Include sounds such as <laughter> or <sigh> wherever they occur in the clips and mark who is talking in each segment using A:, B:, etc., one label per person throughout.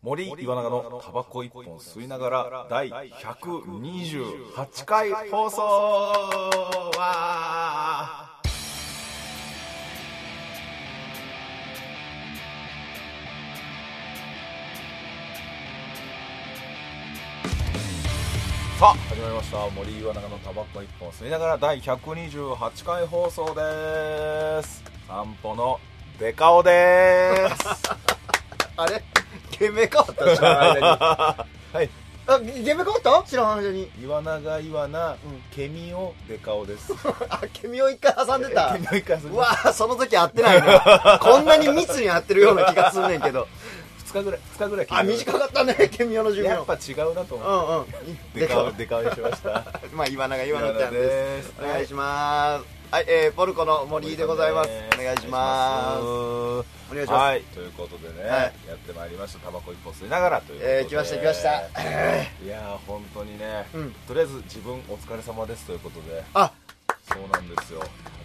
A: 森岩永のタバコ一本吸いながら第128回放送はさあ始まりました森岩永のタバコ一本吸いながら第128回放送です散歩のデカオです
B: あれゲメ変わった知らない <laughs> 間
A: はい
B: に。あ、ゲメ変わった知らない間に。
A: 岩永岩名、
B: うん
A: ケミオデカオ
B: <laughs>
A: です。
B: あ、ケミを一回挟んでた
A: ケ。ミオイカス
B: うわぁ、その時合ってないな。 <laughs> こんなに密に合ってるような気がすんねんけど。
A: 二日ぐらい二日ぐらい
B: あ、
A: 聞いて
B: 短
A: る
B: かったね、ケミオの寿命。
A: やっぱ違うなと思って。
B: うんうん。
A: デカオデカオにしました。
B: まあ、岩永 <laughs> 岩永ちゃんです。
A: です。
B: お願いします。はい、えー、ポルコの森井でございます。お願いしますす。お願いします。
A: はい、ということでね、
B: はい
A: やってまいりました。タバコ一本吸いながらということで。
B: えー、来ました来ました。
A: いやー本当にね、
B: うん
A: とりあえず自分お疲れ様ですということで、
B: あ、
A: そうなんですよ。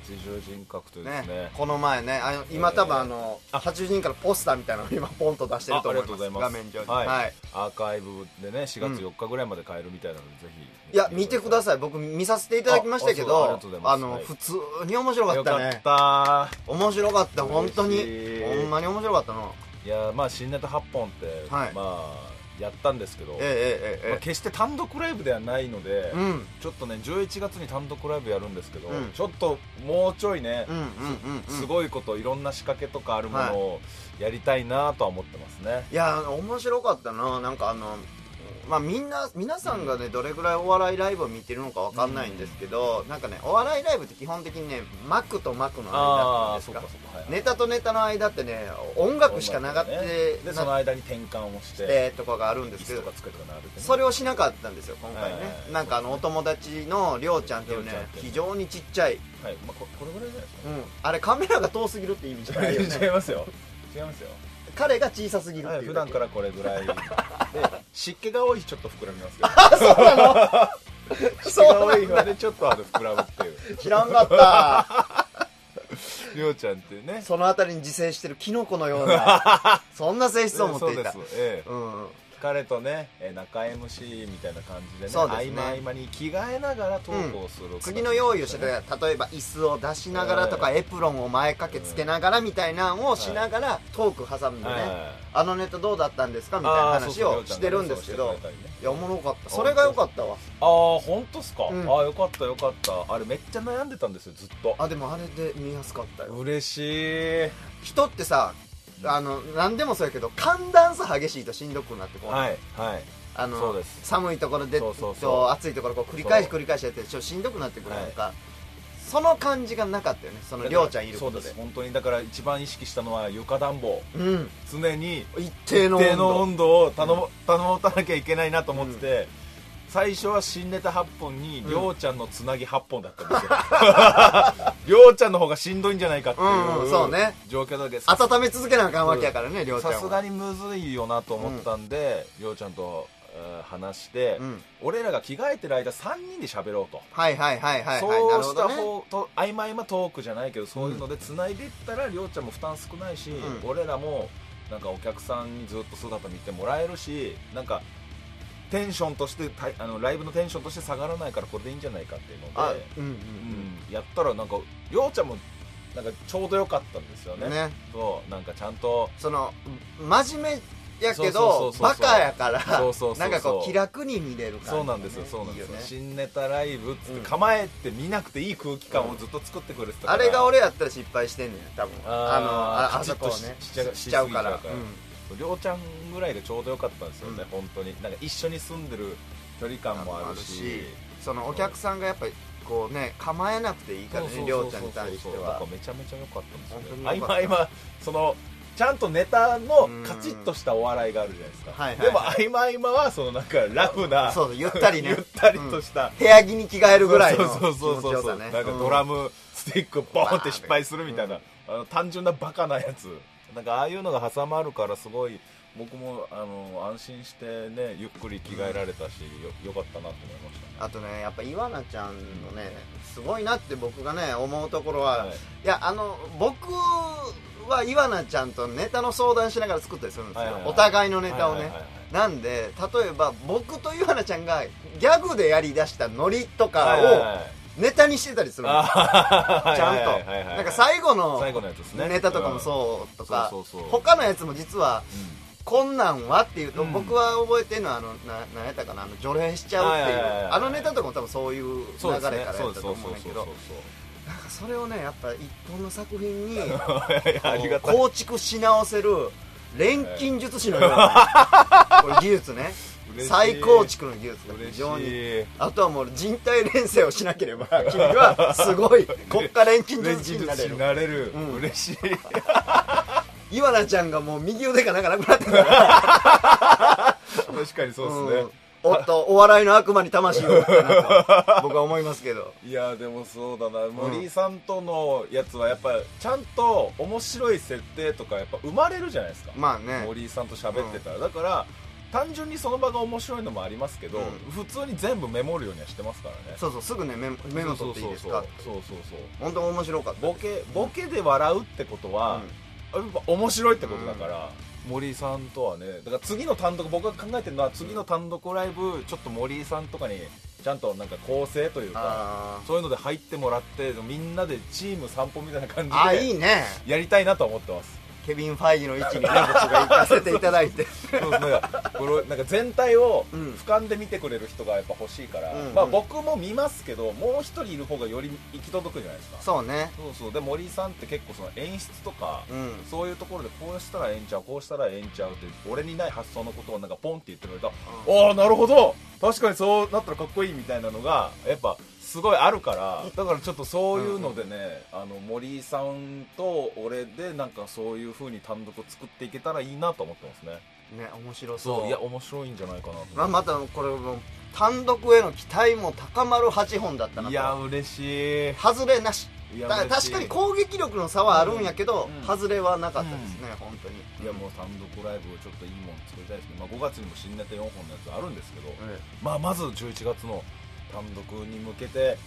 A: 八重人格というですね
B: ね、この前ね、あの今多分あの、
A: あ
B: 八十人からポスターみたいなのを今ポンと出してると思います。画面上に。
A: はい
B: はい
A: アーカイブでね4月4日ぐらいまで買えるみたいなのでぜひ
B: いや、見てくだ
A: さ
B: さい。僕見させていただきましたけ
A: ああ
B: ど
A: そうありがとうござい、ます
B: あの
A: は、い
B: 普通に面白か
A: よ
B: った
A: かっ
B: ね。
A: た
B: 面白かった、本当に
A: 嬉しい。
B: ほんまに面白かったの。
A: いやまあ新ネタ8本って、
B: はい
A: まあやったんですけど、
B: ええ
A: まあ
B: ええ
A: 決して単独ライブではないので、
B: ええ。うん。
A: ちょっとね11月に単独ライブやるんですけど、
B: うん
A: ちょっともうちょいね、
B: うんうんうんうん。
A: すごいこといろんな仕掛けとかあるものをやりたいなとは思ってますね、
B: いや、面白かったな。なんかあの、まあみんな、皆さんがね、どれぐらいお笑いライブを見てるのかわかんないんですけど、なんかね、お笑いライブって基本的にね、幕と幕の間
A: あ
B: っていうん
A: あ
B: で
A: そ
B: す
A: うかそ
B: か
A: う。か、はい
B: ネタとネタの間ってね、音楽しか流っ
A: 音楽で
B: て
A: ねでその
B: な
A: 間に転換をし
B: く
A: て
B: てとかがあるんですけ
A: 椅子
B: ど
A: とか、机とか並べてね、
B: それをしなかったんですよ今回ね、
A: はい
B: なんかあのお友達のりょうちゃんっていうね
A: りょうちゃんって
B: 非常にちっちゃい、
A: はい、まあ、ここれぐらいじゃないですか、
B: あれカメラが遠すぎるって意味じゃな
A: <laughs>
B: いよね
A: 違いますよ違いますよ
B: 彼が小さすぎるっていう
A: 普
B: だ
A: 段
B: け
A: からこれぐ
B: <laughs>
A: らいで湿気が多い日ちょっと膨らみますけど湿気
B: そうな
A: が
B: の
A: 多い日はねちょっとあの膨らむっていう
B: 知らんかった
A: りょうちゃんっていうね
B: その辺りに自生してるキノコのよ
A: <laughs>
B: うなそんな性質を持っていた
A: そうです、ええ
B: うんうん
A: 彼とねえ中 MC みたいな感じでね
B: そうです
A: 合
B: ね
A: 間合間に着替えながら投稿する、
B: 次の用意をしてて例えば椅子を出しながらとか、
A: は
B: エプロンを前掛けつけながらみたいなのをしながら、トーク挟んでね、
A: は
B: あのネタどうだったんですかみたいな話をしてるんですけどいやおもろかったそれが良かった
A: あ
B: わ
A: あ本当っすか、
B: うん
A: ああよかったよかったあれめっちゃ悩んでたんですよずっと
B: あでもあれで見やすかったよ
A: 嬉しい
B: 人ってさあの何でもそうやけど寒暖差激しいとしんどくなってこう、
A: はいはい
B: あの
A: そうです
B: 寒いところで
A: そうそうそう
B: と暑いところこう繰り返し
A: そ
B: 繰り返しやってちょっとしんどくなってくるやんか、その感じがなかったよねそのりょうちゃんいること
A: そう
B: です
A: 本当にだから一番意識したのは床暖房
B: うん
A: 常に
B: 一定の
A: 一定の
B: 温度
A: 温度を頼,、頼まなきゃいけないなと思ってて、最初は新ネタ8本にりょうちゃんのつなぎ8本だったんですよ、り <laughs> ょうちゃんの方がしんどいんじゃないかっていう、
B: うんうんそうね
A: 状況だけどさ
B: 温め続けなあかんわけやからねりょうちゃん
A: さ
B: は
A: すがにむずいよなと思ったんで、りょうちゃんと、えー話して、
B: うん
A: 俺らが着替えてる間3人で喋ろうと、
B: はいはいはいはいはい
A: そうした
B: なるほどね
A: 方と合間合間トークじゃないけどそういうので繋いでいったらりょうちゃんも負担少ないし、
B: うん
A: 俺らもなんかお客さんにずっと姿見てもらえるしなんかテンションとしてたあのライブのテンションとして下がらないからこれでいいんじゃないかっていうの
B: あ
A: で、
B: うんうん
A: うん、やったらなんかりょうちゃんもなんかちょうど良かったんですよ
B: うん
A: ね
B: ね
A: そうなんかちゃんと
B: その真面目やけ
A: そ
B: ど
A: うそうそうそう
B: バカやから
A: そうそうそうそう
B: なんかこう気楽に見れる感じがね、
A: そうなんですよそうなんですよ
B: いいよね
A: 新ネタライブっつっ
B: うん
A: て構えて見なくていい空気感をずっと作ってくれてたから、
B: あれが俺やったら失敗してんねん多分
A: あ
B: あ
A: ー
B: のああそこをね
A: しちゃう
B: しちゃうから
A: しすぎちゃうからりょうちゃんぐらいがちょうど良かったんですよね、
B: うん
A: 本当になんか一緒に住んでる距離感もあるし
B: あるしうんそのお客さんがやっぱりこうね構えなくていいから
A: そ
B: ね
A: う
B: りょ
A: そうう
B: ち
A: そ
B: ゃ
A: うん
B: に対して
A: そうなん
B: は
A: かめちゃめちゃ良かったんですよね
B: 本当に良
A: 今
B: かった
A: 今そのちゃんとネタの
B: うん
A: カチッとしたお笑いがあるじゃないですか、
B: はいはいは
A: でも合間合間はそのなんかラフな
B: そうゆったりね
A: <laughs> ゆったりとした、
B: 部屋着に着替えるぐらいの気
A: そうそう
B: 持
A: そう
B: ちよ
A: そう、
B: さね
A: なんかドラ
B: ム
A: ムスティックボーンって失敗するみたいな、あの単純なバカなやつなんかああいうのが挟まるからすごい僕もあの安心してねゆっくり着替えられたし、よよかったなと思いましたね
B: あとねやっぱ岩名ちゃんのねすごいなって僕がね思うところ
A: は
B: は、
A: い
B: いやあの僕はイワナちゃんとネタの相談しながら作ったりするんですよ、
A: はいはいはい
B: お互いのネタをね、
A: はいはいはいはい
B: なんで例えば僕とイワナちゃんがギャグでやりだしたノリと
A: はいはいは
B: か
A: い
B: をネタにしてたりするんですよ
A: あ
B: ちゃん
A: はいはい
B: と、
A: はいはい
B: なんか最後の
A: 最後のやつですね
B: ネタとかもそうとか、
A: うんそうそうそう
B: 他のやつも実は
A: う
B: こんなんはっていうと、
A: うん
B: 僕は覚えてるのはあのななんやったかなあの除霊しちゃうって
A: はい
B: いう、
A: はいはいはい
B: あのネタとかも多分そういう
A: ん
B: 流れ
A: そうです
B: から
A: ね
B: やった
A: そうで
B: と思うんだけど
A: そう
B: なんかそれをねやっぱ一本の作品
A: <laughs>
B: に
A: そうそうそうい
B: <laughs>
A: やありがたい
B: 構築し直せる錬金術師のような、 <laughs> これ技術ね
A: 嬉しい
B: 再構築の技術が非
A: 嬉し
B: 常に
A: い
B: あとはもう人体錬成をしなければ <laughs> 君はす
A: <laughs>
B: ごい国家錬金術師になれ
A: 術師
B: る
A: になれる
B: うん
A: 嬉しい
B: 岩名ちゃんがもう右腕がなんかなくなってたから、
A: 確かにそう
B: う
A: です
B: ん
A: ね、
B: おっとお笑いの悪魔に魂をってなと僕は思いますけど
A: いやでもそうだな森井さんとのやつはやっぱちゃんと面白い設定とかやっぱ生まれるじゃないですか
B: まあね
A: 森井さんと喋ってたらだから単純にその場が面白いのもありますけど
B: う
A: 普通に全部メモるようにはしてますからね
B: そうそうすぐねメモメモ取っていいですかって
A: そうそうそうそう
B: 本当面白かった
A: ボケボケで笑うってことは、やっぱ面白いってことだから、森井さんとはねだから次の単独僕が考えてるのは次の単独ライブちょっと森井さんとかにちゃんとなんか構成というか
B: あー
A: そういうので入ってもらってみんなでチーム散歩みたいな感
B: あ
A: じ
B: い
A: で
B: いね
A: やりたいなとは思ってます
B: ケビン・ファイギの位置にね僕が行かせていただいて
A: <laughs> そうですなんかこれなんか全体を
B: うん
A: 俯瞰で見てくれる人がやっぱ欲しいから、
B: うんうん
A: まあ、僕も見ますけどもう一人いる方がより行き届くじゃないですか
B: そうね
A: そうそうで森井さんって結構その演出とか、
B: うん
A: そういうところでこうしたらええんちゃうこうしたらええんちゃうって俺にない発想のことをなんかポンって言ってくれた、ああなるほど確かにそうなったらかっこいいみたいなのがやっぱすごいあるからだからちょっとそういうのでね、あの森井さんと俺でなんかそういう風に単独を作っていけたらいいなと思ってますね
B: ね面白そう
A: そういや面白いんじゃないかなと思って
B: まあ、またこれも単独への期待も高まる8本だったない
A: や
B: と
A: 嬉しい
B: 外れなし
A: いや
B: だから
A: 嬉し
B: 確
A: い
B: かに攻撃力の差はあるんやけど、
A: うんうん
B: 外れはなかったですね、本当に
A: いやもう単独ライブをちょっといいもん作りたいですね、まあ、5月にも新ネタ4本のやつあるんですけど、まあ、まず11月の単独に向けて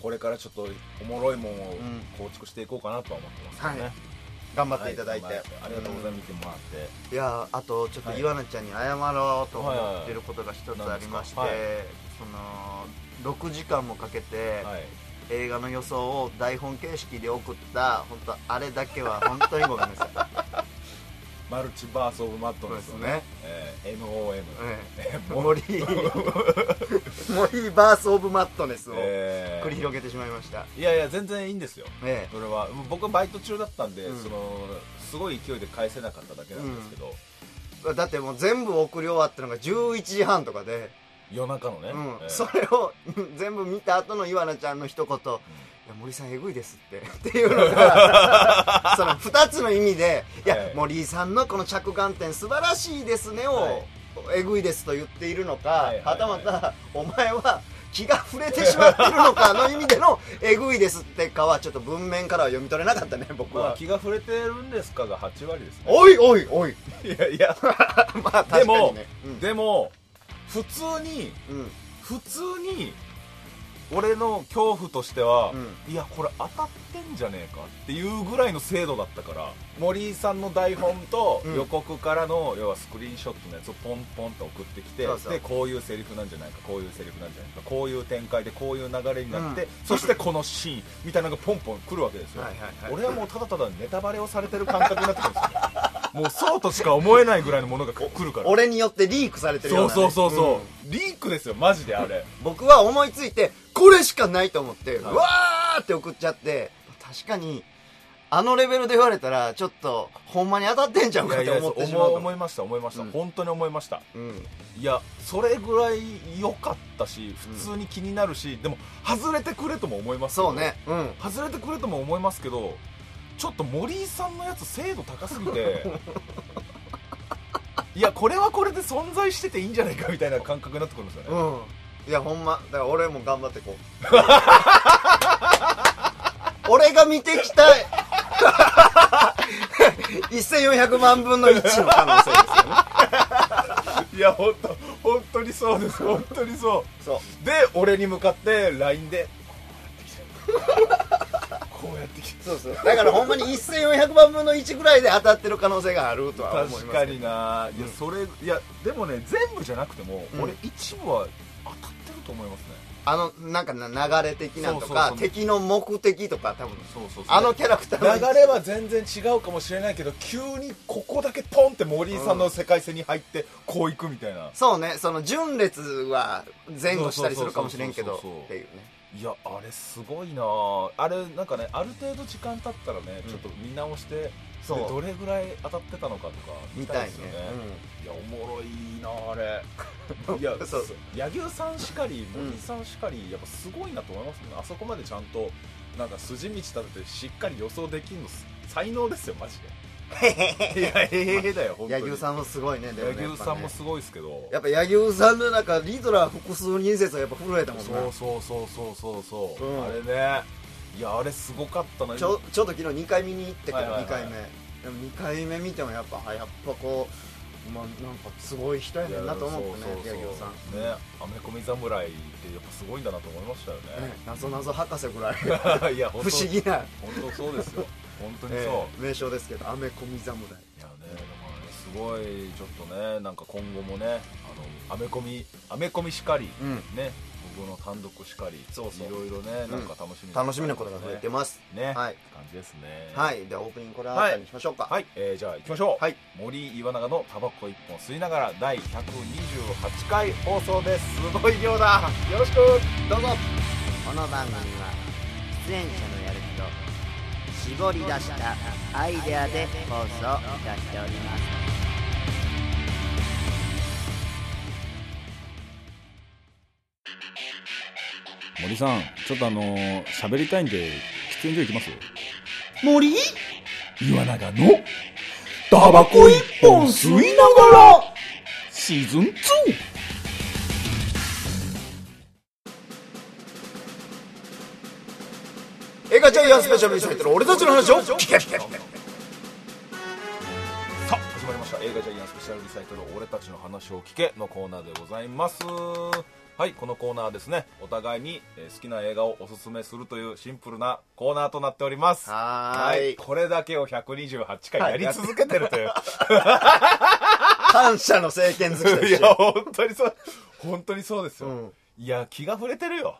A: これからちょっとおもろいもんを
B: ん
A: 構築していこうかなとは思ってますけどね、
B: はい頑張っていただいて、
A: はありがとうございます見てもらって
B: うんいやあとちょっと
A: はい
B: 岩名ちゃんに謝ろうと思ってることが一つありまして、
A: はいはい
B: その6時間もかけて、
A: はい
B: 映画の予想を台本形式で送った本当あれだ
A: <laughs>
B: けは本当にごめんなさい、
A: マルチバース・オブ・マットネスのねえー MOM、
B: ええ
A: もう <laughs>
B: 森森バース・オブ・マットネスを
A: えー
B: 繰り広げてしまいました、
A: いやいや全然いいんですよ
B: え
A: それは僕はバイト中だったんで、
B: うん
A: そのすごい勢いで返せなかっただけなんですけど、
B: えだってもう全部送り終わったのが11時半とかで、
A: 夜中のね、
B: うん
A: えー
B: それをうん全部見た後の岩名ちゃんの一言「いや森さんえぐいです」って <laughs> っていうのが <laughs> その2つの意味で「いや、
A: はい
B: 森さんのこの着眼点素晴らしいですねを」
A: はい
B: えぐいです」と言っているのか、
A: はいはいは
B: はいたまた「お前は気が触れてしまっているのか」の意味で
A: <laughs>
B: の「えぐいです」ってかはちょっと文面からは読み取れなかったね僕
A: まあ
B: は。
A: 気が触れてるんですかが8割ですね
B: おいおいおい
A: いやいや
B: <laughs> まあ確か
A: で
B: に
A: も、
B: ね
A: でも普通に
B: うんうん
A: 普通に俺の恐怖としては、
B: う
A: いやこれ当たってんじゃねえかっていうぐらいの精度だったから森井さんの台本と
B: うん
A: 予告からの、要はスクリーンショットのやつをポンポンと送ってきて
B: そうそう
A: でこういうセリフなんじゃないかこういうセリフなんじゃないかこういう展開でこういう流れになって、そしてこのシーンみたいなのがポンポン来るわけですよ、
B: はいはいはい
A: 俺はもうただただネタバレをされてる感覚になってくるんですよ <laughs> もうそうとしか思えないぐらいのものが来るから
B: 俺によってリークされてるよう
A: そ
B: な
A: う
B: ね、
A: そうそう
B: うん
A: そう、リークですよマジであれ
B: 僕は思いついてこれしかないと思って、
A: はいう
B: わーって送っちゃって確かにあのレベルで言われたらちょっとほんまに当たってんじゃん
A: い
B: か
A: や
B: っ
A: い
B: て
A: や
B: 思
A: 思
B: ってしまうと思
A: 思いました思いました、
B: うん
A: 本当に思いました
B: う、うん、
A: いやそれぐらい良かったし普通に気になるし、でも外れてくれとも思いますけど
B: そうねうん
A: 外れてくれとも思いますけどちょっと森井さんのやつ精度高すぎ
B: <laughs>
A: ていやこれはこれで存在してていいんじゃないかみたいな感覚になってくるんですよね、
B: うんいやほんまだから俺も頑張ってこ
A: <laughs>
B: う俺が見てきた <laughs> 1400万分の1の可能性ですよね
A: いや本当本当にそうです本当に <laughs> そう
B: そう
A: で俺に向かって LINE でこうやってきてる
B: そうそうだからほんまに1400万分の1ぐらいで当たってる可能性があるとは思います
A: 確かにないやそれいやでもね全部じゃなくても、
B: うん
A: 俺一部は当たってると思いますね
B: あのなんかな流れ的なんと
A: そう
B: か
A: そうそう
B: 敵の目的とか多分
A: そうそうそう
B: あのキャラクターの
A: 流れは全然違うかもしれないけど急にここだけポンって森井さんの世界線に入ってこう行くみたいな、
B: そうねその順列は前後したりするかもしれんけど
A: そうそうそうそう
B: っていうね
A: いやあれすごいなああれなんかねある程度時間経ったらね、
B: うん
A: ちょっと見直してで
B: そう
A: どれぐらい当たってたのかとか
B: み
A: 見
B: た
A: たい
B: いね
A: ですよねいやおもろいなあれいや
B: <laughs> そうそう
A: 柳生さんしかり森井さんしかり、やっぱすごいなと思いますねあそこまでちゃんとなんか筋道立ててしっかり予想できるの才能ですよマジでいやえ <laughs> えだよ本当に
B: 柳生さんもすごいねでもね
A: 柳生さん
B: や
A: も
B: っぱね
A: すごいですけど
B: やっぱ柳生さんの中リドラー複数人説はやっぱ震えたもんな
A: そうそうそうそうそうそう、
B: うん
A: あれねいやあれすごかったな
B: ちょちょっと昨日2回見に行ってけど
A: はいはいはい
B: 2回目でも2回目見てもやっぱあやっぱこうまあなんかすごい人やねんなと思ってね柳生さん
A: ねアメコミ侍ってやっぱすごいんだなと思いましたよ
B: ね謎謎博士ぐらい
A: ね <laughs> いや
B: 不
A: 本当
B: 思議な
A: 本当そうですよ本当にそう、
B: ええ名称ですけどアメコミ侍
A: いやねでもねすごいちょっとねなんか今後もねあのアメコミアメコミしかり、
B: うん
A: ね僕の単独しかり
B: そうそう
A: ろいろねなんか楽しみ、
B: 楽しみなことが増えてます
A: ね、
B: はい
A: って感じですね
B: はいではオープニングこれあたりにしましょうか
A: はい、えーじゃあ行きましょう、
B: はい
A: 森岩永のタバコ一本吸いながら第128回放送ですすごい量だよろしく
B: どうぞこの番組は出演者のやる気と絞り出したアイデアで放送いたしております
A: 森さんちょっとあのー喋りたいんで喫煙所行きます
B: 森
A: 岩永のタバコ一本吸いながらシーズン 2!
B: 映画ジャイアンスペシャルに入ってる俺たちの話を聞け
A: さあ始まりました映画ジャイアンスペシャルリサイトル俺たちの話を聞けのコーナーでございますはいこのコーナーはですねお互いにえー好きな映画をおすすめするというシンプルなコーナーとなっております
B: はーい
A: これだけを128回やり続けてるという、 <laughs>
B: 感謝の政権好きと
A: い、
B: 一
A: や
B: 緒
A: 本当にそう本当にそうですよ、
B: うん
A: いや気が触れてるよ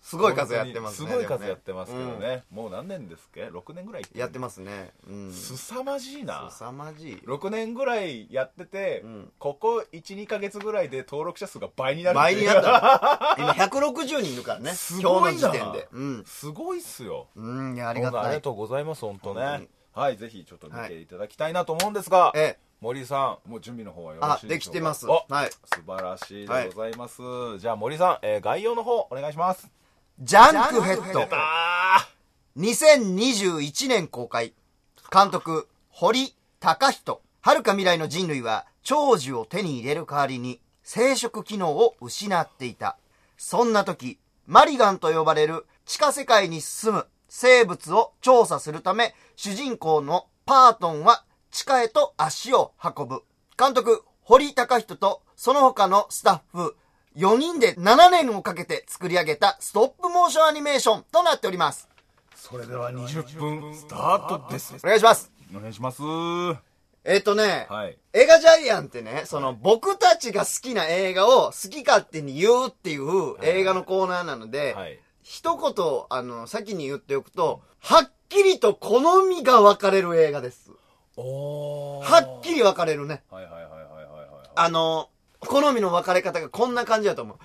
B: すごい数やってますね
A: 本当にすごい数やってますけど
B: でも
A: ね、もう何年ですっけ6年ぐらい
B: うんやってますねうん
A: すさまじいな
B: 凄まじい
A: 6年ぐらいやってて、
B: うん
A: ここ12か月ぐらいで登録者数が倍になるって
B: 倍
A: いう
B: になっ
A: <laughs>
B: た今160人いるからね
A: す
B: 今
A: ごい
B: 日
A: な
B: の時点でうん
A: すごいっすよ
B: うんいやありが
A: あ
B: た
A: り
B: い
A: がとうございます本当
B: 本当
A: ね
B: に
A: はいぜひちょっと見ていただきたいなと思うんですが、
B: ええ
A: 森井さんもう準備の方はよろ
B: あ
A: しい
B: で
A: でし
B: き
A: ょうか
B: てます
A: お
B: はい
A: 素晴らしいでございます、じゃあ森井さん、えー概要の方お願いします
B: ジャンクヘッド
A: あ
B: 2021年公開監督堀高人遥か未来の人類は長寿を手に入れる代わりに生殖機能を失っていたそんな時マリガンと呼ばれる地下世界に住む生物を調査するため主人公のパートンは地下へと足を運ぶ監督堀高人とその他のスタッフ4人で7年をかけて作り上げたストップモーションアニメーションとなっております
A: それでは20分スタートです
B: お願いします
A: お願いしますは
B: えっとね、
A: い
B: 映画ジャイアンってね、その僕たちが好きな映画を好き勝手に言うっていう映画のコーナーなので、
A: はい
B: 一言、あの、先に言っておくと、はっきりと好みが分かれる映画です。
A: おー
B: はっきり分かれるね。
A: はいはいはいはいはいはい
B: あの、好みの分かれ方がこんな感じだと思う。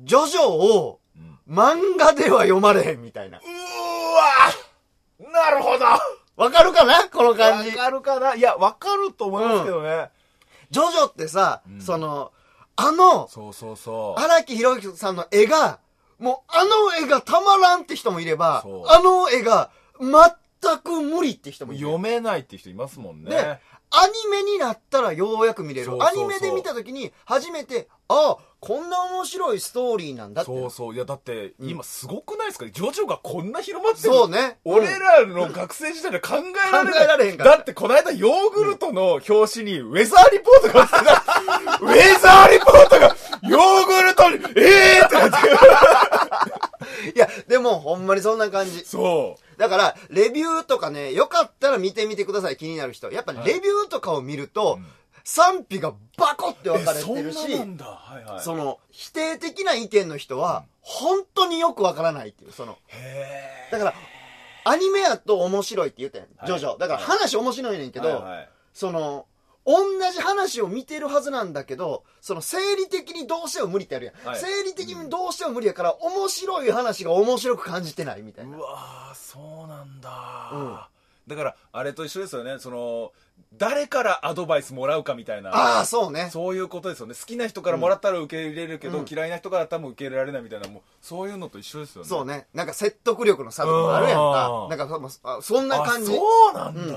B: ジョジョを
A: うん
B: 漫画では読まれへんみたいな。
A: うーわなるほど
B: わかるかなこの感
A: わ
B: じ。
A: かるかないや、わかると思いますけどね。
B: ジョジョってさ、
A: うん
B: その、あの、
A: そうそうそう。
B: 荒木宏之さんの絵が、もうあの絵がたまらんって人もいれば
A: そ、う
B: あの絵が全く無理って人もいる。
A: 読めないって人いますもんね。
B: で、アニメになったらようやく見れる。
A: そうそうそう
B: アニメで見た時に初めて、ああ、こんな面白いストーリーなんだって。
A: そう
B: そ
A: そう。いや、だって、今すごくないですか、ジョジョがこんな広まっ
B: う
A: てる。
B: ね。
A: 俺
B: うん
A: らの学生時代で考えられない。
B: 考えられへんから
A: だって、この間、ヨーグルトの表紙に、ウェザーリポートが載って
B: <laughs>
A: た。ウェザーリポートが、ヨーグルトに、えーってなって。
B: いや、でもほんまにそんな感じ。
A: そう。
B: だから、から、レビューとかね、よかったら見てみてください、気になる人。やっぱレビューとかを見ると、賛否がバコって分かれてるし、
A: えそんななんだはいはい
B: その、否定的な意見の人は、本当によくわからないっていう、その、
A: へ
B: だから、アニメやと面白いって言ったやん、
A: はい
B: ジョジョ。だから
A: はい
B: 話面白いねん
A: え
B: けど、その、同じ話を見てるはずなんだけど、その生理的にどうしても無理ってあるやん。
A: はい
B: 生理的にどうしても無理やから、面白い話が面白く感じてないみたいな。
A: うわーそうなんだ、
B: うん
A: だからあれと一緒ですよねその誰からアドバイスもらうかみたいな
B: ああ、そうね。
A: そういうことですよね好きな人からもらったら受け入れるけど、
B: うん
A: 嫌いな人から多分受け入れられないみたいなもうそういうのと一緒ですよね
B: そうね。なんか説得力の差とかもあるやんか
A: う。ん
B: なんかそのあそんな
A: あ
B: 感じ。
A: そうなんだ、
B: うん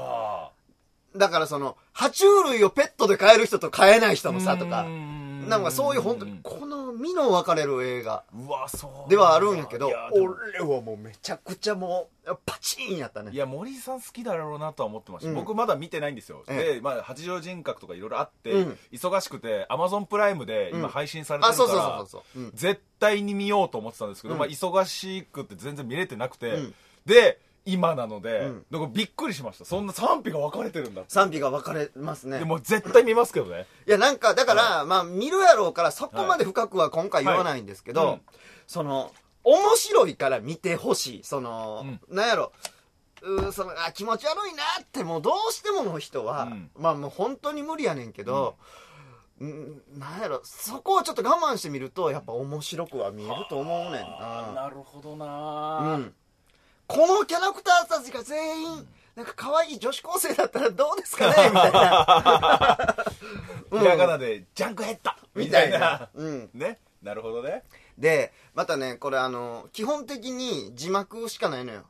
B: だからその、爬虫類をペットで飼える人と飼えない人の差とか
A: う。ん
B: なんかそういう本当に、この美の分かれる映画
A: うわそうなんだ
B: ではあるんやけど
A: いや、でも
B: 俺はもうめちゃくちゃもう、パチーンやったね
A: い。や森井さん好きだろうなとは思ってました、
B: うん
A: 僕まだ見てないんですよ、
B: え
A: で、まあ、八丈人格とかいろいろあって、
B: うん
A: 忙しくてアマゾンプライムで
B: うん
A: 今配信されて
B: あ、
A: るか
B: そうそう
A: ら
B: そうそう。うん
A: 絶対に見ようと思ってたんですけど、
B: うん
A: まあ、忙しくて全然見れてなくて、
B: うん
A: で今なので、
B: うん
A: だからびっくりしましたそんな賛否が分かれてるんだって
B: 賛否が分かれますね
A: で。も絶対見ますけどね
B: いや、なんか、だから、まあ、見るやろうから、そこまで深くは今回言わないんですけ
A: はいは
B: ど
A: い、
B: その、面白いから見てほしい。その
A: うん、
B: なんやろ、うーその、あ、気持ち悪いなって、もうどうしてもの人
A: う
B: は
A: ん、
B: まあ、もう本当に無理やねんけど、うんなんやろ、そこをちょっと我慢してみると、やっぱ面白くは見えると思うねん
A: あー
B: な。
A: なるほどな
B: う
A: ー、
B: ん。このキャラクターたちが全員、なんか可愛い女子高生だったらどうですかねみたいな。うん
A: ひらがなで「ジャンク減った!」 <laughs> みたいな
B: うん。
A: ねなるほどね
B: で、またね、これあの、基本的に字幕しかないのよ。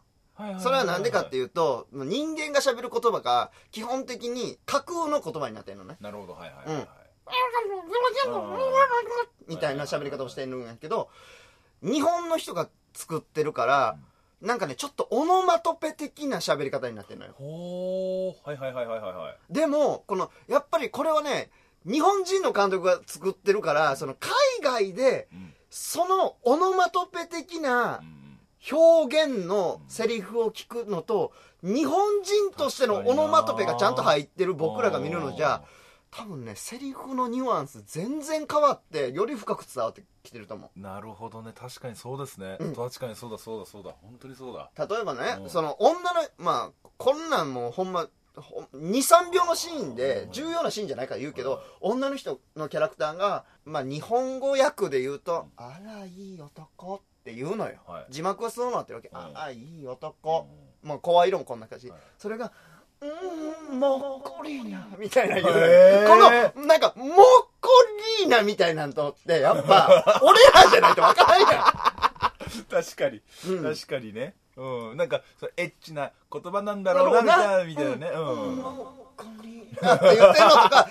B: それはなんでかって
A: いう
B: いうと、人間が喋る言葉が、基本的に架空の言葉になってるのね。
A: なるほどはいはいはい、はい
B: みたいな喋り方をしてるんやけど、日本の人が作ってるから、なんかね、ちょっとオノマトペ的な喋り方になってるのよ。
A: ほーはいはいはいはいはいはい
B: でも、この、やっぱりこれはね、日本人の監督が作ってるから、その海外で、
A: うん
B: そのオノマトペ的な
A: うん
B: 表現のセリフを聞くのと、日本人としてのオノマトペがちゃんと入ってる僕らが見るのじゃ、多分ね、セリフのニュアンス全然変わって、より深く伝わってきてると思う。
A: なるほどね確かにそうですね、
B: うん
A: 確かにそうだそうだそうだ本当にそうだ
B: 例えばね、
A: うん
B: その女の、まあ、こんなんもうほんま、ほん2、3秒のシーンで
A: うん
B: 重要なシーンじゃないから言うけど、女の人のキャラクターが、まあ日本語訳で言うと、あら、いい男って言うのよ。
A: はい
B: 字幕はそうなってるわけ。
A: うん
B: あら、いい男。
A: う
B: まあ、声色もこんな感じ。
A: はい
B: それが、うーん、もっこりーな、みたいな言うの
A: へー
B: この、なんか、もっこりーなみたいなんとって、やっ
A: <laughs>
B: ぱ、俺らじゃないとわからんやん。
A: ん確かに、
B: うん
A: 確かにねうんなんかそうエッチな言葉なんだろうなみたいなみたいなねうん、うん
B: もっこりーなって言ってるのと
A: <laughs>
B: か、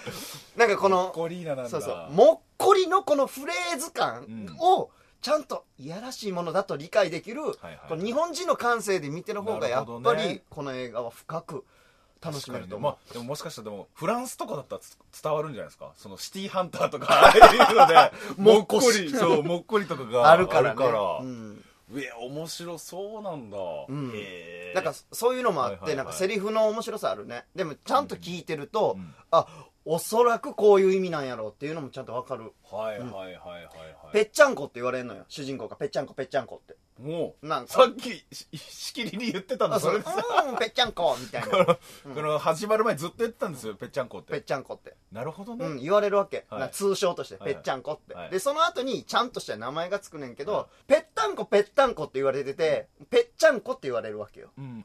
B: なんかこの、
A: コリーナなんだ
B: そうそう、もっこりのこのフレーズ感を、ちゃんといやらしいものだと理解できる、
A: はい
B: この日本人の感性で見てる方がやっ
A: なる
B: ぱ
A: ほど
B: り
A: ね
B: この映画は深く楽しめると
A: 確かにね
B: 思う
A: ま。あ、でももしかしたらでもフランスとかだったらつ伝わるんじゃないですかそのシティーハンターと
B: <laughs>
A: かああいうので
B: も
A: も
B: っ
A: っ
B: こ
A: こ
B: し
A: りそうもっこりとかが
B: あるからね。
A: あるから
B: うん
A: え面白そうなんだ、
B: ん
A: へえ
B: なんかそういうのもあって、
A: はいはいはい
B: なんかセリフの面白さあるねでもちゃんと聞いてると、
A: うん
B: あおそらくこういう意味なんやろうっていうのもちゃんとわかる、
A: はいはいはいはいは
B: ぺ
A: い、
B: っちゃんこって言われるのよ主人公がぺっちゃんこぺっちゃんこって
A: もう
B: なんか
A: さっきししきりに言ってたん
B: あ
A: だ
B: そ
A: そ
B: れ
A: れ
B: う
A: さ
B: んぺっちゃんこみたいな
A: この始まる前ずっと言ってたんですよぺっちゃんこっ
B: ぺってちゃんこって、
A: なるほどね、
B: うん、言われるわけ、
A: はい
B: なんか通称として、
A: はい
B: ぺっちゃんこって、
A: はい
B: でその後にちゃんとした名前がつくねんけど、
A: は
B: ぺったんこぺったんこって言われてて、ぺっちゃんこって言われるわけよ
A: うん、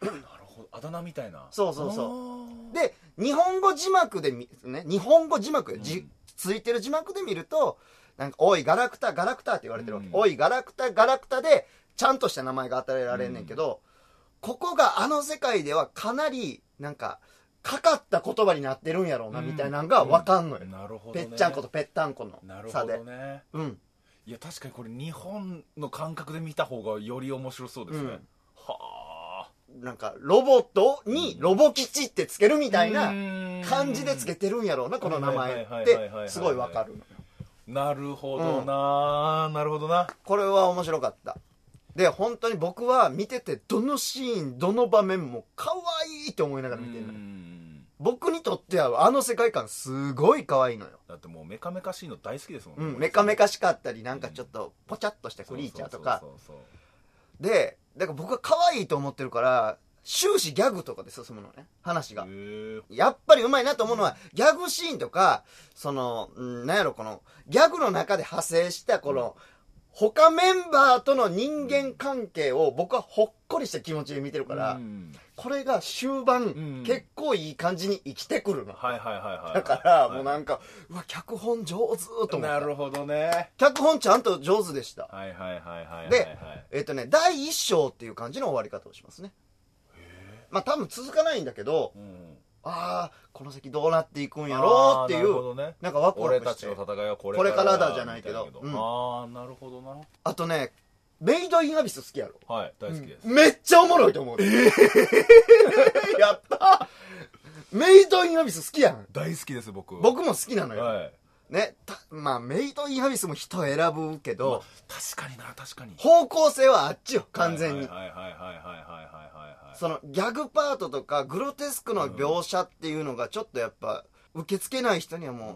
A: なるほどあだ名みたいな
B: そうそうそう
A: う
B: で日本語字幕で見ね日本語字幕、
A: ん
B: じついてる字幕で見るとなんか「おいガラクタガラクタ」って言われてるわけ、
A: うん
B: おいガラクタガラクタ」でちゃんとした名前が与えられんねんけど、ここがあの世界ではかなりなんかかかった言葉になってるんやろうな、みたいなのが分かんのよ、
A: なるほど、
B: ぺ
A: ね、
B: っちゃんことぺったんこの
A: なる
B: 差
A: ほ
B: で、
A: どね
B: うん
A: いや確かにこれ日本の感覚で見た方がより面白そうですね、
B: うん
A: はあ
B: なんかロボットにロボ吉ってつけるみたいな感じでつけてるんやろうなこの名前
A: はい
B: っ
A: はいはいはいはいはいは
B: て
A: い
B: すごい分かる
A: なるほどな、なるほどな
B: これは面白かったで本当に僕は見ててどのシーンどの場面も可愛いって思いながら見てるのよ
A: ん
B: 僕にとってはあの世界観すごい可愛いのよ
A: だってもうメカメカしいの大好きですもん
B: う
A: ね、
B: ん、メカメカしかったりなんかちょっとポチャっとしたクリーチャーとか
A: そうそうそうそう
B: でだから僕は可愛いと思ってるから終始ギャグとかで進むのね話が
A: へー
B: やっぱりうまいなと思うのはギャグシーンとかそのうんなんやろこのギャグの中で派生したこの他メンバーとの人間関係を僕はほっこりした気持ちで見てるから、
A: うん
B: これが終盤、
A: ん
B: 結構いい感じに生きてくるの、
A: はいはいはいはい
B: だからもう
A: は
B: なんか、うわ脚本上手と
A: い
B: 思
A: な
B: った
A: るほどね
B: 脚本ちゃんと上手でした
A: はいはいはいはいはい
B: で
A: はい
B: えっ、とね、第一章っていう感じの終わり方をしますね。まあ多分続かないんだけど、
A: うん
B: ああ、この先どうなっていくんやろうって
A: あーな
B: い
A: るほ
B: う、
A: どね
B: なんかワクワ
A: 俺
B: ク
A: た
B: し
A: ち
B: て
A: の。戦いはこれ
B: これからだ
A: や
B: じゃないけど
A: みた
B: うん
A: ああなるほどな
B: あとね、メイドインアビス好きやろ。
A: はい大好きです、
B: めっちゃおもろいと思う。やったメイドインアビス好きやん。
A: 大好きです僕
B: 僕も好きなのよ。
A: はい
B: ね、たまあメイドインアビスも人選ぶけ
A: まあ
B: ど、
A: 確かにな確かに
B: 方向性はあっちよ、完全
A: は
B: に。
A: いはいはいはいはいはいはいはい
B: そのギャグパートとかグロテスクの描写っていうのがちょっとやっぱ受け付けない人にはもう、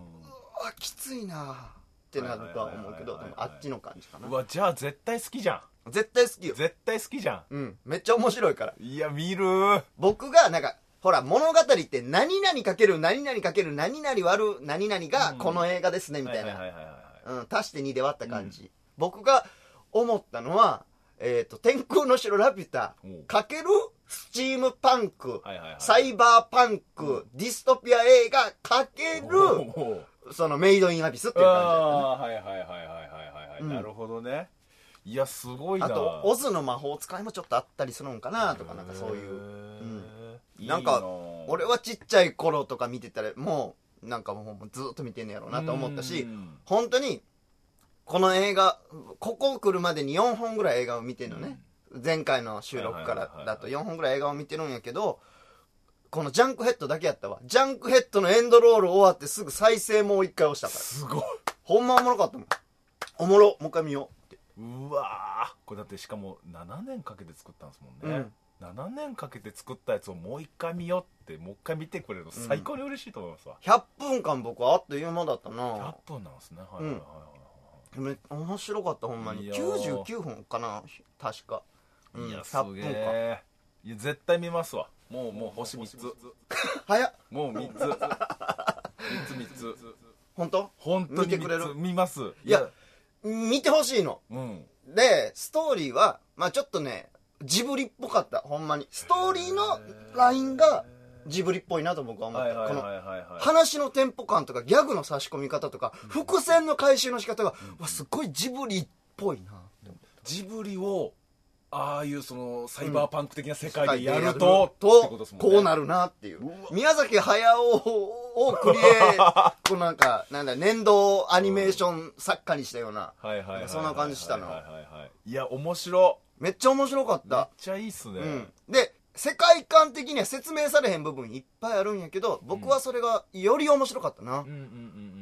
B: うわきついなってなるとは思う
A: は
B: けど
A: い
B: で
A: はいはいはい
B: もあっちの感じか
A: う
B: なん
A: うわじゃあ絶対好きじゃ
B: 絶対好き
A: ん
B: よ
A: 絶対好きじゃ
B: うんめっちゃ面白いから
A: んいや見るー
B: 僕がなんかほら物語って何々かける何々かける何々割る何々が
A: うん
B: この映画ですねみたい
A: は
B: ない
A: はいはいはいはい
B: うん足して2で割った感じ、僕が思ったのはえっ、と天空の城ラピュタ
A: おう
B: かけるスチームパンク、
A: はいはいはい
B: サイバーパンク、ディストピア映画かける、
A: る
B: そのメイドインアビスっていう感
A: ああはいはいはいはいはいはい、
B: うん
A: なるほどねいやすごい
B: じ
A: な
B: だったねあと、オズの魔法使いもちょっとあったりするんかなとか、なんかそう
A: へ
B: いう。
A: ーいい
B: なんか俺はちっちゃい頃とか見てたら、もう、なんかもうずっと見てんねやろうなと思ったし
A: う、ん
B: 本当に、この映画、ここ来るまでに4本ぐらい映画を見てんのね。前回の収録か
A: はいはい
B: ら
A: はいは
B: だ
A: い
B: と4本ぐらい映画を見てるんやけど、このジャンクヘッドだけやったわ。ジャンクヘッドのエンドロール終わってすぐ再生もう一回押したから。
A: すごい
B: ほんまおもろかったもん。おもろ、もう一回見よ
A: うわーこれだってしかも7年かけて作ったんですもんね、7年かけて作ったやつをもう一回見ようってもう一回見てくれるの最高に嬉しいと思いますわ、
B: う。100分間僕はあっという間だった
A: 100
B: な。
A: 分なんですねはいはいはい、はい
B: め面白かった、ほんま
A: い
B: に。
A: やー
B: 99分かな、確か。うん、
A: いやす
B: 100
A: げ
B: 分間。
A: えいや絶対見ますわもうもう星3つ
B: 早っ。
A: もう3つ3つ3つ
B: 本当
A: 本当に
B: 見てくれる
A: 三つ見ます
B: いや見てほしいの。
A: うん
B: で、ストーリーは、まあちょっとね、ジブリっぽかった、ほんまに。ストーリーのラインがジブリっぽいなと僕は思っ
A: はい
B: た。
A: はい
B: こ
A: はい
B: の
A: はいはい
B: 話のテンポ感とかギャグの差し込み方とか伏線の回収の仕方が、うわすっごいジブリっぽいなって思った
A: ジブリをああいうそのサイバーパンク的な世界でやる
B: や
A: と
B: る
A: ってことですもんね
B: こうなるなっていう宮崎駿をクリエ
A: <laughs>
B: こうなんかなんだ年度アニメーション作家にしたような
A: はいはいはいはい
B: そんな感じしたな
A: はいはいはいはいいや面白
B: めっちゃ面白かっ、
A: めったちゃいいっすね
B: うん、で世界観的には説明されへん部分いっぱいあるんやけど僕はそれがより面白かったな、
A: うんうんうんうんうんうんうん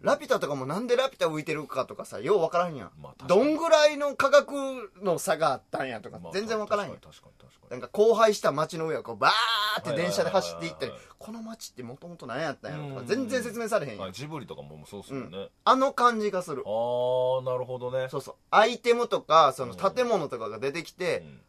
B: ラピュタとかもなんでラピュタ浮いてるかとかさ、ようわからんやん。
A: まあ確か
B: ど
A: に
B: んぐらいの価格の差があったんやとか
A: まあ、
B: 全然わからんやん。
A: 確かに確かに
B: な
A: 確
B: んか荒廃した街の上をこうバーって電車で走っていったり
A: はいはいはいはいはい、
B: この街ってもともと何やったんやろと
A: う
B: か
A: ん
B: 全然説明されへん
A: かに
B: や
A: あ
B: ん。
A: ジブリとかもそうっすもんねあ
B: あの感じがする。
A: あーなるほどね
B: そうそう。アイテムとか、その
A: うん
B: 建物とかが出てきて、
A: ん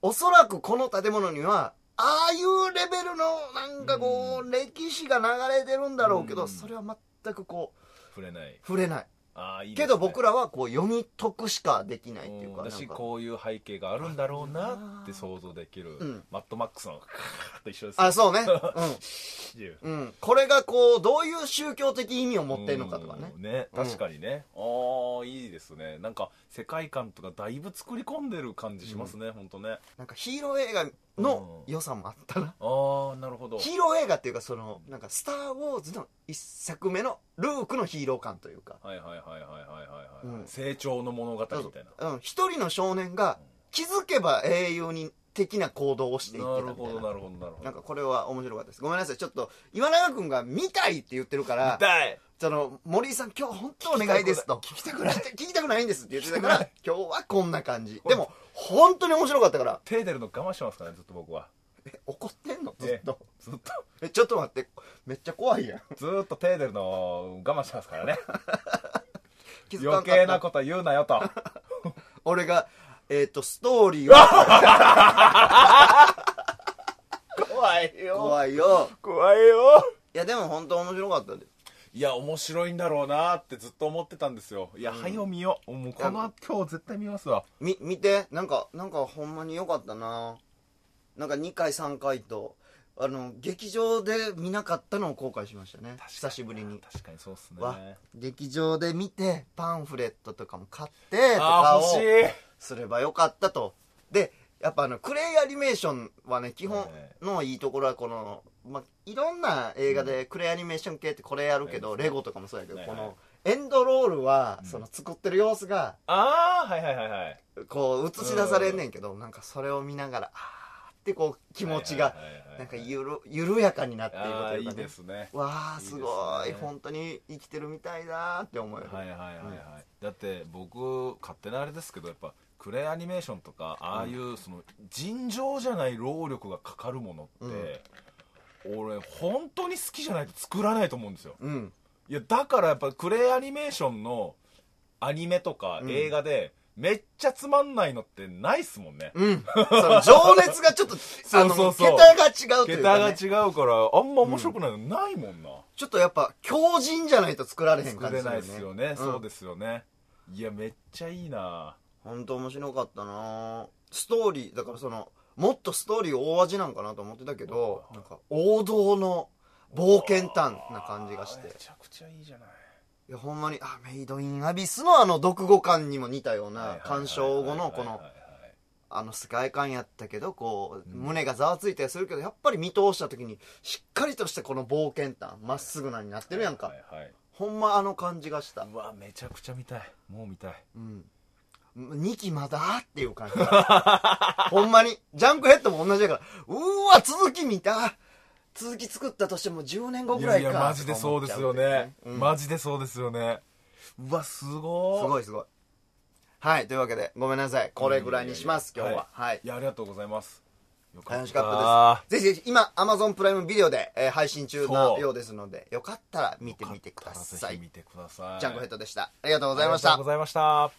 B: おそらくこの建物には、ああいうレベルのなんかこ
A: う
B: う、歴史が流れてるんだろうけ
A: う
B: ど、
A: ん
B: それは全くこう、
A: 触れない
B: 触れない。
A: ああいいです
B: け
A: ね
B: ど僕らはこう読み解くしかできないっていうか
A: うん
B: な
A: だ
B: んか
A: しこういう背景があるんだろうなって
B: あー
A: 想像できる、
B: うん
A: マッドマックスのカーッと一緒です <laughs>
B: あそうね
A: っていう
B: うん、うん、これがこうどういう宗教的意味を持ってるのかとかね
A: うんね
B: うん
A: 確かにね、ああいいですねなんか世界観とかだいぶ作り込んでる感じしますね、ほんとね
B: なんかヒーロー映画の良さもあったな、
A: ああなるほど
B: ヒーロー映画っていうかそのなんか「スター・ウォーズ」の一作目のルークのヒーロー感というか
A: はいはいはいはいはいはい、
B: うん
A: 成長の物語みたいな
B: うん一人の少年が気づけば英雄に的な行動をしていって
A: な
B: た
A: る
B: みた
A: ほ
B: い
A: ど
B: な
A: なるほどなるほど
B: なんかこれは面白かったですごめんなさいちょっと岩永君が見たいって言ってるから
A: 痛い
B: その、森井さん今日本当お願いですと。
A: 聞きたくない
B: 聞きたくないんですって言ってたから
A: 聞、
B: 今日はこんな感じ。
A: こ
B: で
A: れ
B: も、本当に面白かったから、
A: 手出るの我慢してますからねずっと僕は
B: え怒ってんのずっと。
A: ずっと
B: え、ちょっと待って、めっちゃ怖いやん。
A: ずーっと手出るのを我慢してますから
B: <laughs>
A: ね
B: 気づか
A: 余
B: んかった
A: 計なこと言うなよと
B: 俺が、えっ、と、ストーリーを。
A: 怖い
B: <laughs> 怖いよ。
A: 怖いよ
B: いや、でも本当面白かったで。
A: いや面白いんだろうなってずっと思ってたんですよいや、早よ見ようもうこの今日絶対見ますわ
B: み、見て、なんか、なんかほんまに良かったななんか2回3回と、あの、劇場で見なかったのを後悔しましたね。久しぶりに。
A: 確かにそうっすね
B: わ、劇場で見て、パンフレットとかも買って、とか
A: あ
B: を
A: ー欲しい
B: すればよかったと。で、やっぱあの、クレイアニメーションはね、基本のいいところはこの、まあ、いろんな映画でクレイアニメーション系ってこれやるけど、レゴとかもそうやけど、
A: はい
B: こ
A: はい
B: の、エンドロールは、
A: うん
B: その作ってる様子が、
A: ああはいはいはいはい
B: こう映し出されんねんけど、なんかそれを見ながら、あーってこう気持ちが、なんかゆる、緩やかになっていると
A: ああ
B: いう
A: い
B: か
A: い
B: ね。
A: ですね
B: わあすごい
A: いいですね
B: 本当に生きてるみたいだーって思える、
A: はいはいはいはい、だって僕勝手なあれですけどやっぱクレイアニメーションとかああいうその尋常じゃない労力がかかるものって、俺本当に好きじゃないと作らないと思うんですよ
B: うん
A: いやだからやっぱクレイアニメーションのアニメとか
B: うん
A: 映画で、めっちゃつまんないのってないっすもんね、
B: うんその情熱がち
A: <laughs>
B: ょっとあの
A: そうそうそう
B: 桁が違うという
A: 桁
B: か、
A: が
B: ね、
A: 違うからあんま面白くないのないもんな、
B: ちょっとやっぱ強靭じゃないと作られへん
A: 作
B: 感じ
A: れ
B: する
A: ない
B: よね
A: っすよね、そうですすよねいやめっちゃいいな
B: 本当面白かったなストーリーだからそのもっとストーリー大味なんかなと思ってたけどなんか王道の冒険探な感じがして
A: めちゃくちゃいいじゃない
B: いやほんまにあメイドインアビスのあの読後感にも似たような鑑賞後のこのあの世界観やったけどこう
A: うん
B: 胸がざわついたりするけどやっぱり見通した時にしっかりとしたこの冒険感まっすぐなになってるやんか
A: はいはい
B: ほんまあの感じがした
A: うわめちゃくちゃ見たいもう見たい
B: うん2期まだっていう感じほんまにジャンクヘッドも同じだからうーわ続き見た続き作ったとしても10年後
A: い
B: ぐら
A: や
B: い
A: い
B: か
A: やマジでそうですよね
B: とか思っちゃうっていうねうん
A: マジでそうですよねうわすご
B: す
A: い
B: ごいすごいはいというわけでごめんなさいこれぐらいにします
A: いや
B: 今
A: いやい
B: 日
A: や
B: ははい
A: いやありがとうございますよ
B: 楽しかったです。ぜひぜひ、今、Amazon プライムビデオで、えー配信中な
A: そう
B: ようですので、よかったら見てみてくだ
A: よかった
B: さ
A: らぜ
B: い
A: ひ。見てください
B: ジャンクヘッドでした。ありがとうござい
A: あり
B: ま
A: が
B: し
A: とう
B: た
A: ご。ざいました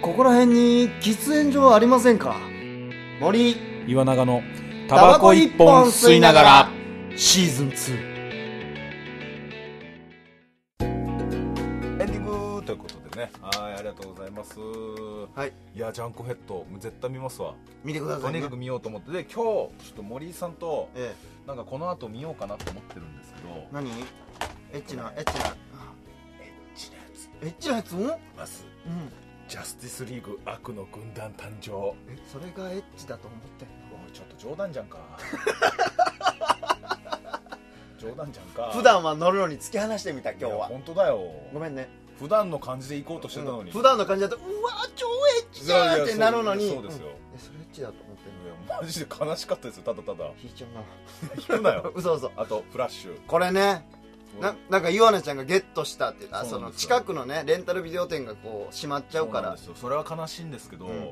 B: ここら辺に喫煙所はありませんか森、
A: 岩永のタバコ一本吸いながら。
B: シーズン2。
A: エンディングということでねはいありがとうございます
B: はい。
A: いやジャンクヘッドもう絶対見ますわ
B: 見てくだ
A: と
B: さい
A: に
B: ね
A: か。く見ようと思ってで今日ちょっと森井さんと
B: え
A: なんかこの後見ようかなと思ってるんですけど
B: え、何エッチな、エッチな。
A: エッチなやつ
B: エッチなやつもうん。
A: まずジャスティスリーグ悪の軍団誕生お
B: え、それがエッチだと思ってんの
A: いちょっと冗談じゃん
B: <laughs>
A: か冗談じゃんか
B: 普段は乗るのに突き放してみた、今日
A: いや
B: は。
A: 本当だよ
B: ごめんね。
A: 普段の感じで行こうとしてたのに、
B: うん普段の感じだとうわー超エッチじゃんってなるのに
A: いやいやそうですよ
B: うんえそれエッチだと思ってるの
A: いやマジで悲しかったですよただただ
B: 引いちゃう
A: 引くな
B: <laughs> な
A: よ
B: 嘘嘘
A: あとフラッシュ
B: これねななんかイワナちゃんがゲットしたっていうかそ
A: そうな
B: の
A: んですよ
B: 近くのねレンタルビデオ店がこう閉まっちゃうか
A: そうなん
B: ら
A: ですよそれは悲しいんですけど、
B: うん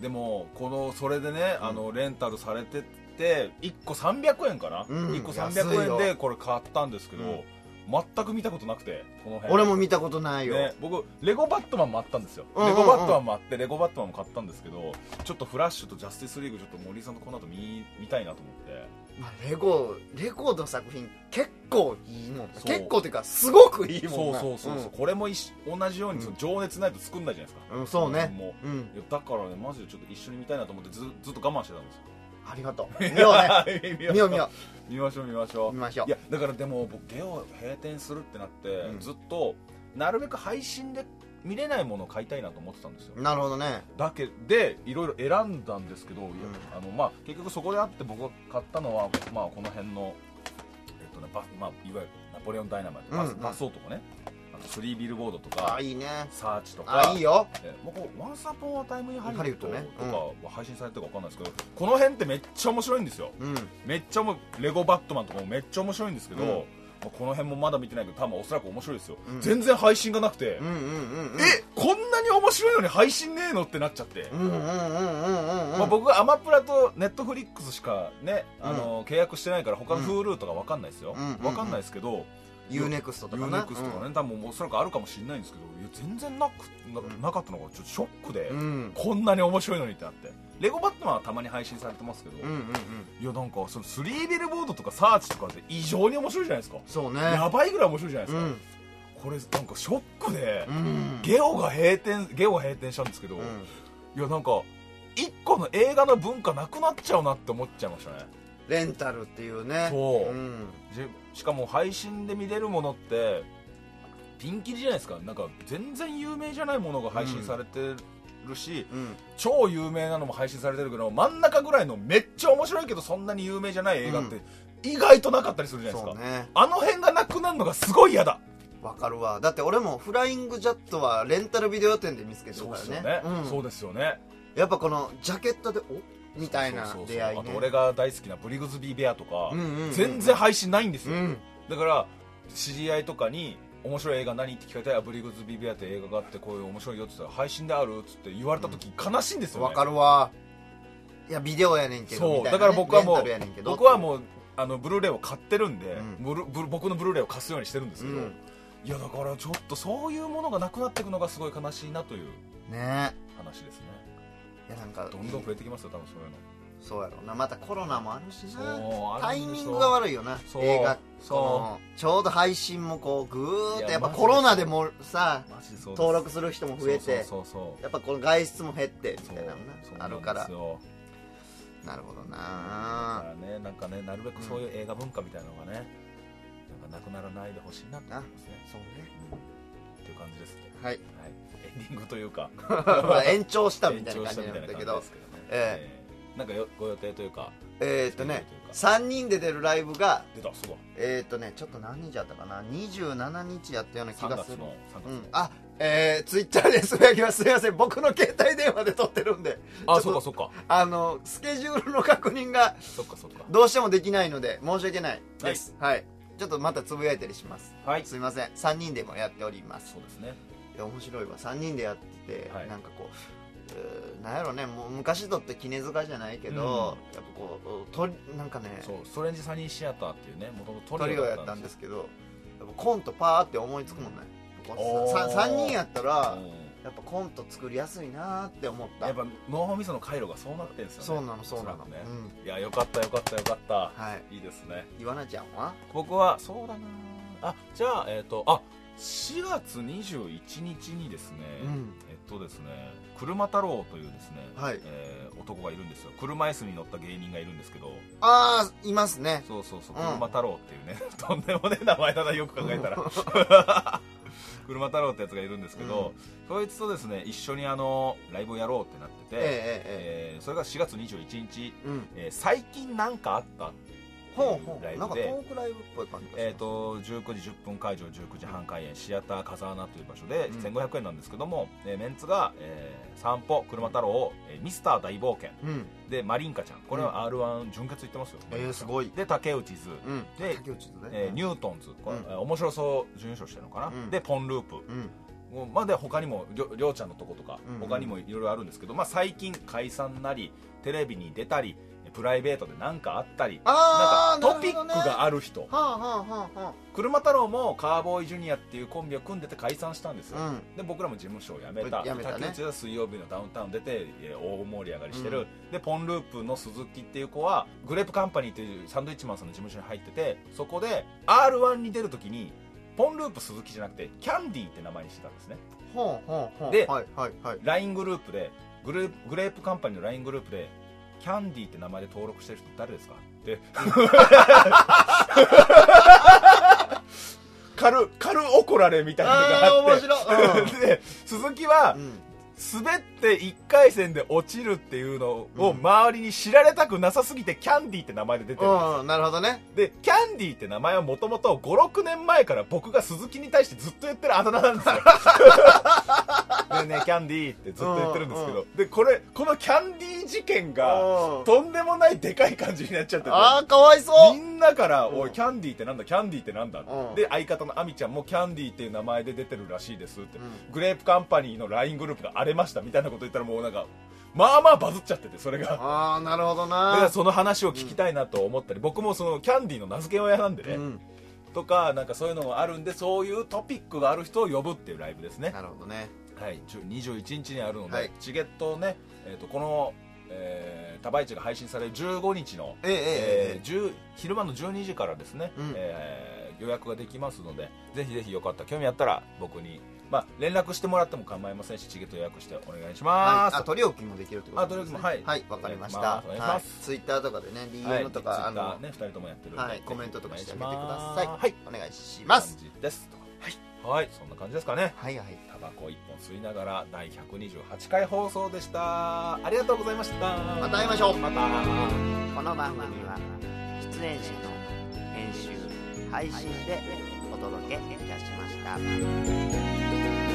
A: でもこのそれでね、
B: うん
A: あのレンタルされてって1個300円かな、
B: うん
A: 1個
B: 安い
A: 300
B: よ
A: 円でこれ買ったんですけど、
B: うん
A: 全く見たことなくてこの辺
B: 俺も見たことないよ、
A: ね、僕レゴバットマンもあったんですよ、
B: うんうんうん
A: レゴバットマンもあってレゴバットマンも買ったんですけどちょっとフラッシュとジャスティスリーグちょっと森井さんとこの後見見たいなと思って
B: まあ、レゴレゴの作品結構いいもん
A: そう
B: 結構っていうかすごくいいもんな
A: そうそうそうそう、これも一緒同じようにその情熱ないと作んないじゃないですか、
B: うん、うんそうね
A: も
B: うん、
A: ういやだからねマジでちょっと一緒に見たいなと思ってずずっと我慢してたんですよ
B: ありがと <laughs> う見ようね見よう見よ
A: <laughs> 見ましょう見ましょ
B: う
A: う
B: 見ましょう
A: いやだからでも僕ゲオ閉店するってなって、
B: うん
A: ずっとなるべく配信で見れないものを買いたいなと思ってたんですよ
B: なるほどね
A: だけでいろいろ選んだんですけど、いや
B: ん
A: あのまあ、結局そこであって僕が買ったのは、まあ、この辺の、えっとねバまあ、いわゆるナポレオンダイナマイト、バス
B: うんうん
A: バスソーとかねあとスリービルボードと
B: あ
A: か
B: いいね
A: サーチとか
B: あいいよ
A: えもうこうワンサポンはタイムにハリウッドとか
B: ハリウッドねうん
A: は配信されてるか分かんないですけど、この辺ってめっちゃ面白いんですよ
B: うん
A: めっちゃもうレゴバットマンとかもめっちゃ面白いんですけど、まあこの辺もまだ見てないけど多分おそらく面白いですよ、全然配信がなくて、
B: うんうんうんうん
A: えこんなに面白いのに配信ねえのってなっちゃって、
B: うんうんうんうんうんうん
A: まあ、僕はアマプラとネットフリックスしかね、あの契約してないから他の Hulu とかわかんないですよ、
B: うんうんうん
A: わかんないですけど、
B: UNEXT とかな
A: UNEXT とかね、多分おそらくあるかもしれないんですけどいや全然なくななかったのがちょっとショックで、
B: うんうん
A: こんなに面白いのにってなってレゴバットマンはたまに配信されてますけど、
B: うんうんうん
A: いやなんかそのスリービルボードとかサーチとかって異常に面白いじゃないですか
B: そうね
A: やばいぐらい面白いじゃないで
B: う
A: すか、
B: ん
A: これなんかショックで、
B: うん
A: ゲオが閉店ゲオが閉店したんですけど、
B: うん
A: いやなんか一個の映画の文化なくなっちゃうなって思っちゃいましたね
B: レンタルっていうね
A: そうんじしかも配信で見れるものってピンキリじゃないですかなんか全然有名じゃないものが配信されてるし、
B: うん
A: 超有名なのも配信されてるけど真ん中ぐらいのめっちゃ面白いけどそんなに有名じゃない映画って意外となかったりするじゃないです
B: そ
A: か、
B: うね
A: あの辺がなくなるのがすごい嫌だ
B: わかるわだって俺もフライングジャットはレンタルビデオ店で見つけてる
A: そう
B: か
A: ですよ
B: ら
A: ね
B: ね、うん
A: そうですよね
B: やっぱこのジャケットでおみたいな
A: そうそうそう
B: 出会い
A: あ
B: ね
A: と俺が大好きなブリグズビー・ベアとか、
B: うんうんうん
A: 全然配信ないんです
B: う
A: よ、
B: ん
A: だから知り合いとかに面白い映画何って聞かれたらブリグズビー・ベアって映画があってこういう面白いよって言ったら配信であるっつって言われた時悲しいんですよね、
B: わかるわいやビデオやねんけど
A: そ
B: み
A: う
B: た
A: だ
B: いなね
A: から僕はもう
B: レンタルやねんけど
A: 僕はもうあのブルーレイを買ってるんで、
B: うん
A: ブルブル僕のブルーレイを貸すようにしてるんですけど、
B: うん
A: いやだからちょっとそういうものがなくなっていくのがすごい悲しいなという
B: ね
A: 話ですね
B: いやなんか
A: どんどん増えてきますよ多分そうい
B: そうやろうなまたコロナもあるし
A: そう
B: な
A: あ
B: タ
A: るん
B: イ
A: ですよ
B: ミングが悪いよな
A: そう
B: 映画
A: そう
B: このちょうど配信もこうぐーっ
A: い
B: と
A: や
B: やっぱ
A: マジで
B: コロナでもさ
A: うのマジでそうです
B: 登録する人も増えて
A: そうそう
B: やっぱこの外出も減って
A: そうそ
B: み
A: う
B: たいなの
A: そう
B: なあるから
A: そうなんですよ
B: なるほど
A: だ
B: な
A: からねなんかねなるべくそういう映画文化みたいなのがね、なんかなくならないでほしいなと思いますね
B: そうね
A: うんっていう感じですね、
B: は
A: は
B: い
A: い、エンディングというか
B: ほら延長したみ
A: 延
B: たい
A: 長
B: な
A: した
B: 感
A: み
B: じ
A: たな
B: ないんだ
A: 感
B: け
A: じ
B: ど
A: ですけどね、
B: え
A: えなんかよご予定というか
B: えーっとね3人で出るライブが
A: 出たそう
B: えーっとねちょっと何日やったかな27日やったような気
A: だ3
B: が
A: 月
B: する
A: の3月
B: う
A: の、
B: ん、あえー、ツイッターです <laughs> やきはすいません僕の携帯電話で撮ってるんで
A: あ
B: ちょ
A: そう
B: っと
A: かそうか
B: あのスケジュールの確認が
A: そっかそっか
B: どうしてもできないので申し訳ないですはい、ちょっとまたつぶやいたりします
A: はい
B: すいません3人でもやっております
A: そうですね
B: いや面白いわ3人でやってて、
A: はい
B: なんかこううーなんやろねもう昔とって絹塚じゃないけど、
A: うん
B: やっぱこうとなんかね
A: そうストレンジサニーシアターっていうねもともと
B: ト
A: ト
B: リ
A: リ
B: オ
A: オ
B: や
A: だ
B: ったんですすけどやっぱコントパーって思いつくもんね、
A: おー
B: 3, 人やったら、
A: うん
B: やっぱコント作りやすいなーって思った
A: やっぱ脳みその回路がそうなってんですよね
B: そうなのそうなの、
A: おそらくね
B: うん
A: いやよかったよかったよかった
B: はい
A: いいですね
B: 岩菜ちゃんは
A: 僕はそうだなあじゃあえっ、とあ4月21日にですね、
B: うん
A: えっとですね車太郎というですね、
B: はい
A: えー男がいるんですよ車椅子に乗った芸人がいるんですけど
B: ああいますね
A: そうそうそう、
B: うん
A: 車太郎っていうね <laughs> とんでもねえ名前だなよく考えたら
B: <laughs>
A: 車太郎ってやつがいるんですけど、そいつとですね一緒にあのライブをやろうってなってて、
B: えええええ
A: えーそれが4月21日、
B: えうん
A: えー最近なんかあったって
B: ほ
A: いう
B: ほう
A: ライ
B: なん
A: ブ
B: かト
A: で
B: ークライブっぽい感じがします
A: えー、と19時10分会場19時半開演シアター風穴という場所で
B: うん
A: 1500円なんですけども、えーメンツが、えー散歩車太郎、えーミスター大冒険
B: うん
A: でマリンカちゃんこれは r 1準決行ってますよ、
B: えー、すごい
A: で竹内図、
B: うん
A: で
B: 竹内とね
A: えーニュートンズこれ、
B: うん
A: えー面白そう準優勝してるのかな、
B: うん
A: でポンループ
B: うん
A: まあで他にもりょりょうちゃんのとことか
B: うん
A: 他にもいろいろあるんですけど、まあ、最近解散なりテレビに出たりプライベートで何かあったり
B: あ
A: なん
B: あ
A: かトピック
B: は
A: がある人
B: あはあはあは
A: 車太郎もカーボーイジュニアっていうコンビを組んでて解散したんですよ、
B: あうん
A: で僕らも事務所を辞めた
B: 辞めたね
A: 竹内は水曜日のダウンタウン出てえー大盛り上がりしてる、でポンループの鈴木っていう子はグレープカンパニーというサンドイッチマンさんの事務所に入っててそこで r 1に出るときにポンループ鈴木じゃなくてキャンディーって名前にしてたんですね
B: ほうほうほう
A: で
B: はいはいはい
A: LINE グループでグループグレープカンパニーの LINE グループでキャンディーって名前で登録してる人誰ですかって軽軽怒られみたいなのがあって
B: あー面白
A: で鈴木は
B: うん
A: 滑って1回戦で落ちるっていうのを周りに知られたくなさすぎてキャンディーって名前で出てる <laughs>
B: うんうんなるほどね
A: でキャンディーって名前はもともと56年前から僕が鈴木に対してずっと言ってるあだ名なんですよでねキャンディーってずっと言ってるんですけど、でこれこのキャンディー事件
B: う
A: が
B: ん
A: とんでもないでかい感じになっちゃってて
B: あー、かわいそう
A: みんなから「
B: ん
A: おいキャンディーってなんだキャンディーってなんだ」
B: うん
A: で相方のアミちゃんも「キャンディーっていう名前で出てるらしいです」って、
B: ん
A: グレープカンパニーの LINE グループが荒れましたみたいなこと言ったらもうなんかまあまあバズっちゃっててそれが。
B: ああ、なるほど
A: だから
B: な。
A: その話を聞きたいなと思ったり、僕もそのキャンディーの名付け親なんで
B: う
A: ね、
B: ん。
A: とかなんかそういうのもあるんでそういうトピックがある人を呼ぶっていうライブですね、
B: なるほどね。
A: はい、ちょ21日にあるので、
B: はい
A: チケットをね、えー、とこの、えー、タバイチが配信される15日の、
B: えええええ
A: えー10昼間の12時からですね、
B: うん
A: えー予約ができますのでぜひぜひよかったら興味あったら僕に、まあ、連絡してもらっても構いませんしチケット予約してお願いし
B: え
A: ま
B: は
A: す、
B: い。あ、取り置きもできるってことで
A: あ
B: すね
A: 取り置きもはい
B: はい、わかりました。
A: お願いします
B: はい。ツイッターとかでね、
A: はい
B: DM とか、あ
A: Twitter
B: の、
A: ね、2人ともやってるんで、
B: はい
A: ぜ、ひ
B: コメントとかしてあげてく
A: お願
B: だ
A: い
B: さ
A: し
B: い。
A: ますはい。
B: お願いします。
A: 感じですはい、はい、そんな感じですかね
B: はいはい。
A: タバコ一本吸いながら第128回放送でしたありがとうございましたま
B: また会いましょう
A: また
C: この番組は出演者の編集配信でお届けいたしました。